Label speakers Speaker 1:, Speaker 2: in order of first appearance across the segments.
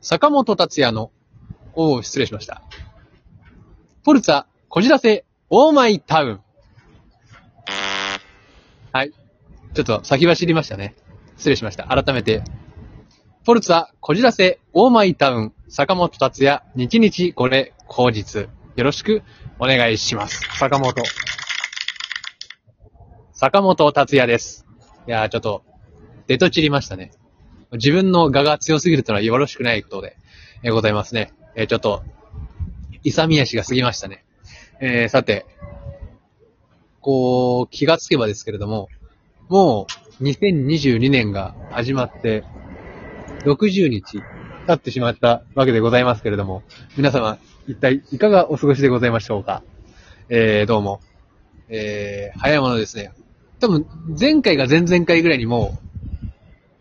Speaker 1: 坂本達也の、おお、失礼しました。ポルツァ、こじらせ、オーマイタウン。はい。ちょっと先走りましたね。失礼しました。改めて。ポルツァ、こじらせ、オーマイタウン、坂本達也、日日これ、後日。よろしくお願いします。坂本。坂本達也です。いやー、ちょっと、出と散りましたね。自分の画が強すぎるというのはよろしくないことで、えーございますね。えーちょっと、勇み足が過ぎましたね。えーさて、こう、気がつけばですけれども、もう、2022年が始まって、60日経ってしまったわけでございますけれども、皆様、一体いかがお過ごしでございましょうかえー、どうも。えー、早いものですね。多分、前回が前々回ぐらいにも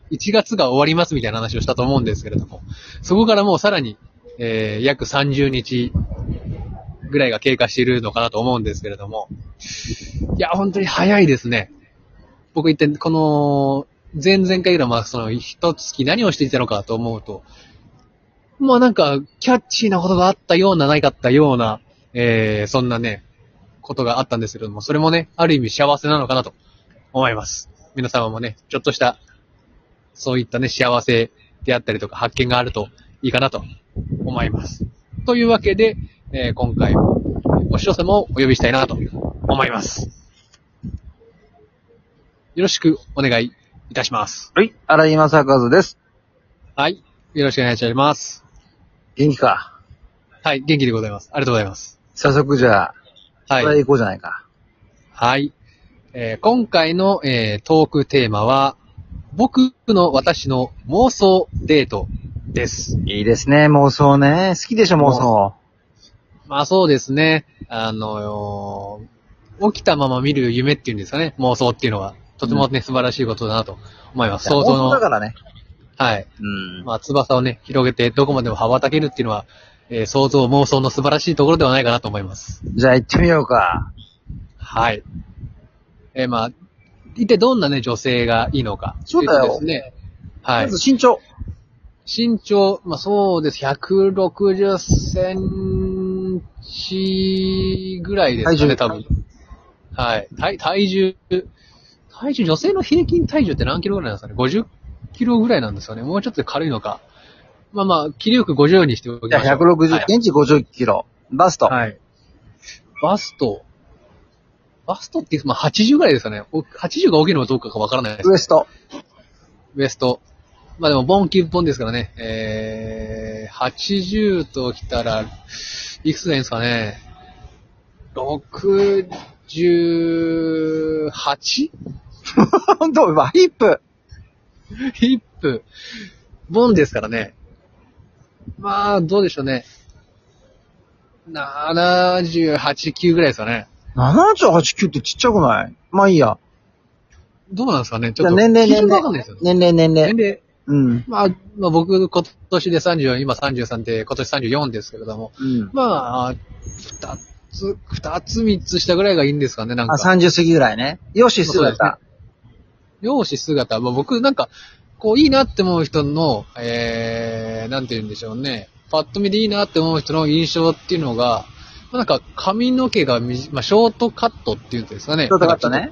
Speaker 1: う、1月が終わりますみたいな話をしたと思うんですけれども、そこからもうさらに、えー、約30日ぐらいが経過しているのかなと思うんですけれども、いや、本当に早いですね。僕一体この、前々回ぐらい、まあその、一月何をしていたのかと思うと、まあなんか、キャッチーなことがあったような、ないかったような、えー、そんなね、ことがあったんですけれども、それもね、ある意味幸せなのかなと思います。皆様もね、ちょっとしたそういったね、幸せであったりとか発見があるといいかなと思います。というわけで、えー今回もお師匠様をお呼びしたいなと思います。よろしくお願いいたします。
Speaker 2: はい、荒井正和です。
Speaker 1: はい。よろしくお願いします。
Speaker 2: 元気か
Speaker 1: はい。元気でございます。ありがとうございます。
Speaker 2: 早速じゃあ、
Speaker 1: はい。
Speaker 2: これ行こうじゃないか。
Speaker 1: はい。えー今回の、えートークテーマは、僕の私の妄想デートです。
Speaker 2: いいですね、妄想ね。好きでしょ、妄想。
Speaker 1: まあそうですね。あの、起きたまま見る夢っていうんですかね。妄想っていうのは。とてもね、素晴らしいことだなと思います。想像
Speaker 2: 妄想だ
Speaker 1: の、
Speaker 2: からね。
Speaker 1: はい。
Speaker 2: うん。
Speaker 1: まあ翼をね、広げてどこまでも羽ばたけるっていうのは、えー想像、妄想の素晴らしいところではないかなと思います。
Speaker 2: じゃあ行ってみようか。
Speaker 1: はい。えーまあ、一体どんなね、女性がいいのか。
Speaker 2: そうだよ
Speaker 1: といことですね。は
Speaker 2: ま
Speaker 1: い。
Speaker 2: ず身長。
Speaker 1: 身長、まあそうです。160センチぐらいですかね、
Speaker 2: 体重
Speaker 1: 多分。はい。体、体重、体重、女性の平均体重って何キロぐらいなんですかね ?50 キロぐらいなんですかねもうちょっと軽いのか。まあまあ、切りよく50にしておき
Speaker 2: じ
Speaker 1: ま
Speaker 2: ゃ
Speaker 1: しょ
Speaker 2: あ
Speaker 1: う。
Speaker 2: 160センチ50キロ。バスト。
Speaker 1: はい。はい。バスト。バストって、まあ80ぐらいですかね。お80が大きいのかどうかがわからないです
Speaker 2: ウエスト。
Speaker 1: ウエスト。まあでも、ボンキンボンですからね。えー、80と来たら、いくつがいいんですかね。68? ヒ
Speaker 2: ほんと、まあヒップ。
Speaker 1: ップ。ボンですからね。まあ、どうでしょうね。78、9ぐらいですかね。
Speaker 2: 78,9ってちっちゃくないまあいいや。
Speaker 1: どうなんですかねち
Speaker 2: じ
Speaker 1: ょ
Speaker 2: ゃ
Speaker 1: っ
Speaker 2: あ
Speaker 1: と。
Speaker 2: 年齢、
Speaker 1: 基
Speaker 2: 年
Speaker 1: 準がわかんない
Speaker 2: 齢
Speaker 1: ですよ。。
Speaker 2: 年齢、年
Speaker 1: 年
Speaker 2: 齢。
Speaker 1: 齢。
Speaker 2: うん。
Speaker 1: まあ、まあ僕、今年で34、今33で、今年34ですけれども。
Speaker 2: うん。
Speaker 1: まあ、二つ、二つ三つしたぐらいがいいんですかね、なん
Speaker 2: あ、
Speaker 1: か。
Speaker 2: 30過ぎぐらいね。よし、すぐだった。
Speaker 1: 容姿姿、まあ、僕なんか、こういいなって思う人の、えー、なんて言うんでしょうね。パッと見でいいなって思う人の印象っていうのが、まあ、なんか髪の毛がみじ、まあ、ショートカットっていうんですかね。
Speaker 2: ショートカットね。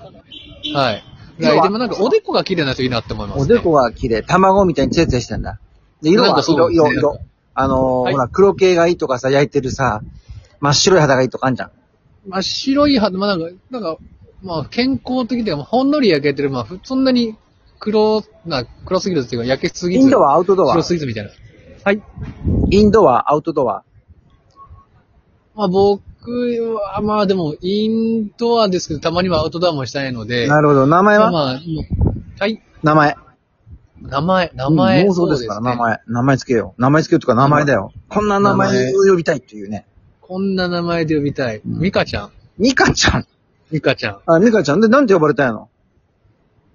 Speaker 1: はい。
Speaker 2: 要は
Speaker 1: でもなんかおでこが綺麗な人いいなって思います、ね。
Speaker 2: おでこが綺麗。卵みたいにツヤツヤしてんだ。で色
Speaker 1: なん
Speaker 2: は
Speaker 1: かそう
Speaker 2: 色、
Speaker 1: ですね
Speaker 2: 色、色。あのー
Speaker 1: はい
Speaker 2: ほら、黒系がいいとかさ、焼いてるさ、真っ白い肌がいいとかあんじゃん。
Speaker 1: 真っ白い肌、まあ、なんか、なんか、まあ、健康的では、ほんのり焼けてる、まあ、ふそんなに黒な、黒すぎるっていうか、焼けすぎ
Speaker 2: イ
Speaker 1: ず。
Speaker 2: ンドはアウトドア
Speaker 1: 白。すぎずみたいな。はい。
Speaker 2: インドはアウトドア。
Speaker 1: まあ僕は、まあでも、インドアですけど、たまにはアウトドアもしたいので、
Speaker 2: なるほど。名前
Speaker 1: まあ
Speaker 2: は、
Speaker 1: まあ、はい。
Speaker 2: 名前。
Speaker 1: 名前、名前。
Speaker 2: うん妄想ですから、
Speaker 1: そう
Speaker 2: 名。前。名前つけよう。名前つけようとか名前だよ。こんな名前を呼びたいっていうね。
Speaker 1: こんな名前で呼びたい。ミカちゃん。
Speaker 2: ミカちゃん。
Speaker 1: ミカちゃん。
Speaker 2: あ、ミカちゃん。で、なんて呼ばれたいの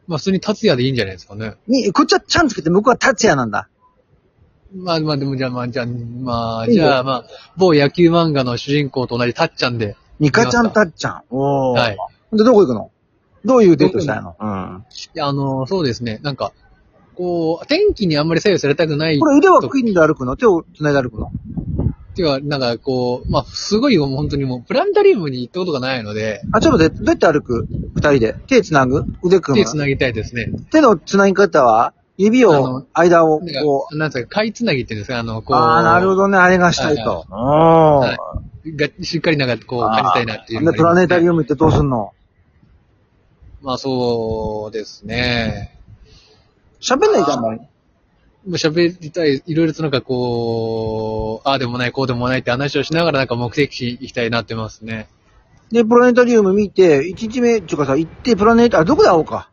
Speaker 1: まあ普通に達也でいいんじゃないですかね。
Speaker 2: に、こっちはちゃんつけて、向こうは達也なんだ。
Speaker 1: まあまあでも、じゃあまあ、じゃあ、まあ、
Speaker 2: いい
Speaker 1: じ
Speaker 2: よ
Speaker 1: ゃあまあ、某野球漫画の主人公と同じタッちゃんで。
Speaker 2: ミカちゃ
Speaker 1: ミ
Speaker 2: ん、
Speaker 1: カ
Speaker 2: たっちゃん。おー。
Speaker 1: はい。
Speaker 2: で、どこ行くのどういうデートしたいのうん。
Speaker 1: いや、あの、そうですね。なんか、こう、天気にあんまり左右されたくない。
Speaker 2: これ腕は組んで歩くの手を繋いで歩くの
Speaker 1: っていうか、なんかこう、まあ、すごいもう本当にもう、プラネタリウムに行ったことがないので、
Speaker 2: あ、ちょっと待って、どうやって歩く二人で。手繋ぐ腕組
Speaker 1: 手
Speaker 2: む
Speaker 1: 繋ぎたいですね。
Speaker 2: 手の繋ぎ方は指
Speaker 1: あ
Speaker 2: を
Speaker 1: の、
Speaker 2: 間を
Speaker 1: なんか
Speaker 2: こ、
Speaker 1: なんつうか、貝つなぎっていうんですか、あの、
Speaker 2: う。
Speaker 1: こう。
Speaker 2: ああ、なるほどね。あれがしたいと。お
Speaker 1: はいが、しっかりなんかこう、感じたいなっていうのがあ
Speaker 2: で、
Speaker 1: り
Speaker 2: プラ
Speaker 1: ますね
Speaker 2: ネタリウムってどうすんの
Speaker 1: まあそうですね。
Speaker 2: 喋んないか、あんまり。
Speaker 1: もう喋りたい、いろいろとなんかこう、ああでもない、こうでもないって話をしながらなんか目的地行きたいなってますね。
Speaker 2: で、プラネタリウム見て、一日目、ちゅうかさ、行って、プラネタ、あ、どこで会おうか。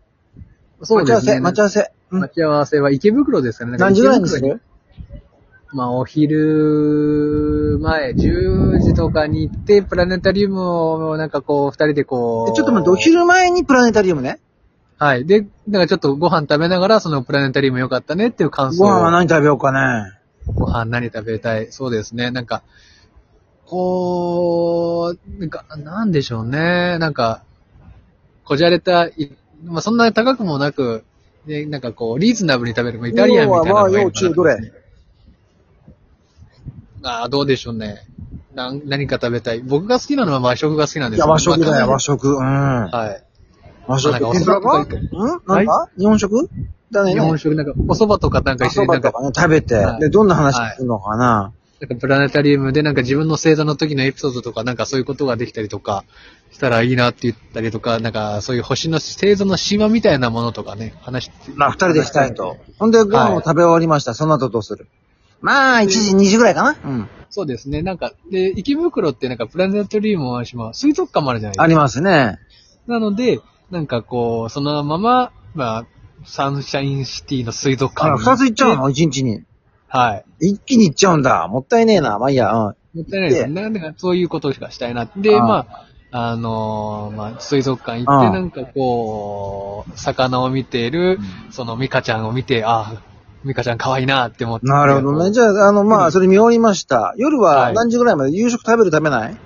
Speaker 2: 待ち合わせ、待ち合わせ。
Speaker 1: 待ち合わせは池袋ですかね。なん
Speaker 2: う、
Speaker 1: んか
Speaker 2: 何時ぐらいにす
Speaker 1: 池袋
Speaker 2: る
Speaker 1: まあお昼前、10時とかに行って、プラネタリウムをなんかこう、二人でこ
Speaker 2: え
Speaker 1: う。
Speaker 2: ちょっと待って、お昼前にプラネタリウムね。
Speaker 1: はい。で、なんかちょっとご飯食べながら、そのプラネタリウム良かったねっていう感想
Speaker 2: ご
Speaker 1: を。
Speaker 2: 飯は何食べようかね。
Speaker 1: ご飯何食べたいそうですね。なんか、こう、なんか、なんでしょうね。なんか、こじゃれた、いまあ、そんな高くもなく、で、なんかこう、リーズナブルに食べる、まあイタリアンみたいなのがいいのかな
Speaker 2: 要は和洋中どれ
Speaker 1: ああ、どうでしょうね。なん何か食べたい。僕が好きなのは和食が好きなんです
Speaker 2: いや、和食だよ、
Speaker 1: まあ
Speaker 2: 和食。うん。和
Speaker 1: はい。
Speaker 2: 食
Speaker 1: なんか。お
Speaker 2: 天ぷら
Speaker 1: 蕎
Speaker 2: かう
Speaker 1: 麦とか
Speaker 2: んなんか日本食だね。
Speaker 1: 日本食、なんか、お蕎麦とかなんか一緒
Speaker 2: そ
Speaker 1: にな
Speaker 2: ば
Speaker 1: んか、
Speaker 2: とかね、食べて
Speaker 1: は。い
Speaker 2: で、どんな話するのかな
Speaker 1: なんかプラネタリウムでなんか自分の星座の時のエピソードとかなんかそういうことができたりとかしたらいいなって言ったりとか、なんかそういう星の星座の島みたいなものとかね、話して。
Speaker 2: まあ、二人でしたいと。ほんで、ご飯を
Speaker 1: はい
Speaker 2: 食べ終わりました。その後どうするまあ、1時、2時ぐらいかなうん。
Speaker 1: そうですね。なんか、で、池袋ってなんかプラネタリウムの島、水族館もあるじゃない
Speaker 2: あ
Speaker 1: で
Speaker 2: りますね。
Speaker 1: すか。なので、なんかこう、そのまま、まあ、サンシャインシティの水族館
Speaker 2: あ
Speaker 1: に
Speaker 2: ら、
Speaker 1: 行て。
Speaker 2: 二つ行っちゃうの一日に。
Speaker 1: はい。
Speaker 2: 一気に行っちゃうんだ。もったいねえな。まあ、いいや、うん。
Speaker 1: もったいないですね。なんかそういうことしかしたいな。で、
Speaker 2: あー
Speaker 1: まあ、あのーまあ、水族館行っ
Speaker 2: あー
Speaker 1: て、なんかこう、魚を見ている、そのミカちゃんを見て、ああ、ミカちゃん可愛いなって思って。
Speaker 2: なるほどね。じゃあ、あの、まあ、それ見終わりました。夜は何時ぐらいまで夕食食べる食べない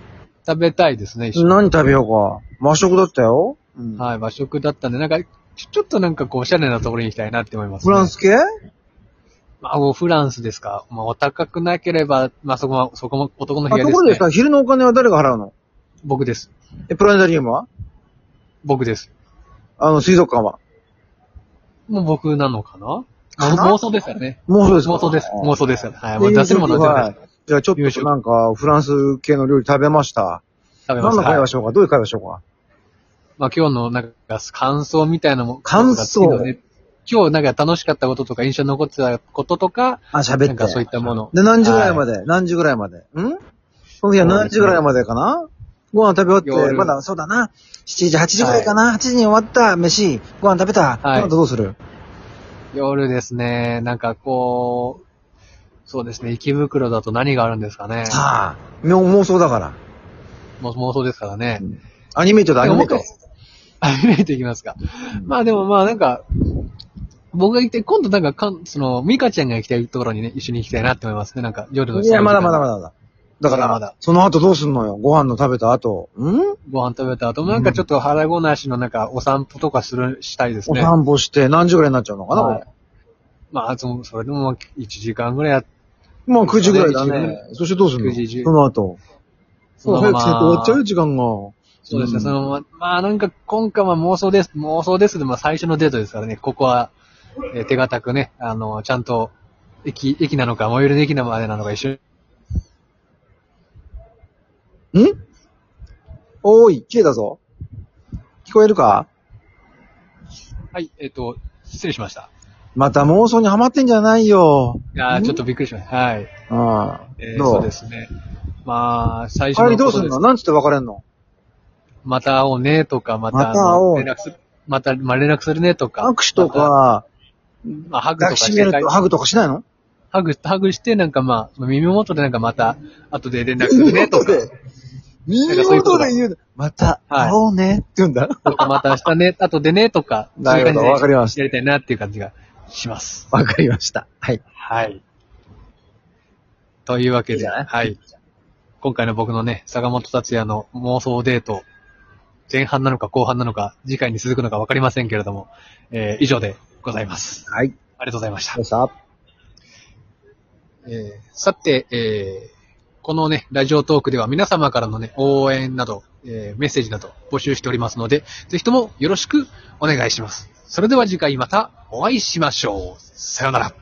Speaker 1: 食べたいですね、一緒に
Speaker 2: 何食べようか。和食だったよ。うん
Speaker 1: はい、和食だったんで、なんか、ちょちょっとなんかこう、おしゃれなところに行きたいなって思います、ね。
Speaker 2: フランス系
Speaker 1: まあ、おフランスですか。まあ、お高くなければ、まあ、そこは、そこも男の部
Speaker 2: あ、
Speaker 1: 屋
Speaker 2: と
Speaker 1: で
Speaker 2: こ
Speaker 1: す
Speaker 2: ろで
Speaker 1: ね。
Speaker 2: さ、昼のお金は誰が払うの
Speaker 1: 僕です。
Speaker 2: え、プラネタリウムは
Speaker 1: 僕です。
Speaker 2: あの、水族館は
Speaker 1: もう僕なのかな
Speaker 2: かな
Speaker 1: 妄想ですからね。
Speaker 2: もうそうですか
Speaker 1: 妄想です。妄想ですから。はい。もう
Speaker 2: で
Speaker 1: 出せるものは全部出し
Speaker 2: はいじゃあちょっとなんか、フランス系の料理食べました。
Speaker 1: 食べま
Speaker 2: 何
Speaker 1: し
Speaker 2: の
Speaker 1: た。
Speaker 2: 会
Speaker 1: はい
Speaker 2: 話しようか、どういう会話しようか。
Speaker 1: まあ今日のなんか感想みたいなのも。
Speaker 2: 感想
Speaker 1: なんか好きだね今日なんか楽しかったこととか印象に残ってたこととか、な
Speaker 2: あ、喋っ。
Speaker 1: んかそういってたもの。
Speaker 2: で、何時ぐらいまで何時ぐらいまでんその日は何時ぐらいまでかなご飯食べ終わって、
Speaker 1: 夜
Speaker 2: まだそうだな。7時、8時ぐらいかな ?8 時に終わった、飯、ご飯食べた。
Speaker 1: はい
Speaker 2: あとどうする
Speaker 1: 夜ですね、なんかこう、そうですね、池袋だと何があるんですかね。
Speaker 2: さあ、妙妄想だから。
Speaker 1: もう妄想ですからね。
Speaker 2: アニメイトだ、アニメイ
Speaker 1: で
Speaker 2: ト
Speaker 1: も。アニメイトいきますか。まあでもまあなんか、僕が行って、今度なんかかん、その、ミカちゃんが行きたいところにね、一緒に行きたいなって思いますね。なんか夜の
Speaker 2: いや、まだまだま
Speaker 1: だ。
Speaker 2: だまだ。だか
Speaker 1: まだま
Speaker 2: ら
Speaker 1: だ、
Speaker 2: その後どうすんのよ。ご飯の食べた後。ん
Speaker 1: ご飯食べた後、なんかちょっと腹ごなしのなんかお散歩とかする、したいです
Speaker 2: お
Speaker 1: ね。
Speaker 2: 散歩して、何時ぐらいになっちゃうのかな、
Speaker 1: はい
Speaker 2: こ
Speaker 1: まあ、そそれでも1時間ぐらいやっ
Speaker 2: れもう9時ぐらいだ
Speaker 1: 9時ぐ
Speaker 2: ね。そしてどうすんの
Speaker 1: 9時10
Speaker 2: その後。
Speaker 1: そのま
Speaker 2: 早
Speaker 1: ま
Speaker 2: くせんと終わっちゃうよ、時間が。
Speaker 1: そうですね、
Speaker 2: うん
Speaker 1: そのまま、まあなんか今回は妄想です、妄想ですで、まあ最初のデートですからね、ここは、えー手堅くね、あの、ちゃんと、駅、駅なのか、最寄りの駅なまでなのか一緒に、
Speaker 2: んおーい、消えたぞ。聞こえるか
Speaker 1: はい、えっ、と、失礼しました。
Speaker 2: また妄想にはまってんじゃないよ。
Speaker 1: いやー
Speaker 2: ん
Speaker 1: ちょっとびっくりしました。はい。
Speaker 2: うん。
Speaker 1: えー
Speaker 2: どう
Speaker 1: そうですね。まあ、最初
Speaker 2: 帰り
Speaker 1: の
Speaker 2: どう
Speaker 1: こ
Speaker 2: す
Speaker 1: と
Speaker 2: ん
Speaker 1: です
Speaker 2: の。なんつって別れんの
Speaker 1: また会おうねとか、また、
Speaker 2: また会おう
Speaker 1: あの連絡する、また、まあ、連絡するねとか。
Speaker 2: 握手とか、
Speaker 1: また、まあ、ハグと
Speaker 2: 抱
Speaker 1: か
Speaker 2: きし
Speaker 1: し
Speaker 2: め
Speaker 1: て
Speaker 2: ると、ハグとかしないの
Speaker 1: ハグ、ハグして、なんかまあ、耳元でなんかまた、後で連絡するねとか、
Speaker 2: 耳
Speaker 1: なんかそういうこと
Speaker 2: 元
Speaker 1: だ
Speaker 2: で言うの。また、
Speaker 1: はい
Speaker 2: 会おうねって言うんだ。
Speaker 1: とかまた明日ね、後でねとか、
Speaker 2: なる
Speaker 1: そういう感
Speaker 2: ほど
Speaker 1: じで
Speaker 2: わかりました
Speaker 1: やりたいなっていう感じがします。
Speaker 2: わかりました。はい。
Speaker 1: はい。というわけ
Speaker 2: いい
Speaker 1: で、
Speaker 2: じゃない
Speaker 1: はい。今回の僕のね、坂本達也の妄想デート、前半なのか後半なのか、次回に続くのかわかりませんけれども、えー以上でございます。
Speaker 2: はい。
Speaker 1: ありがとうございました
Speaker 2: どう。した
Speaker 1: えーさて、えーこのね、ラジオトークでは皆様からのね、応援など、えーメッセージなど募集しておりますので、ぜひともよろしくお願いします。それでは次回またお会いしましょう。さようなら。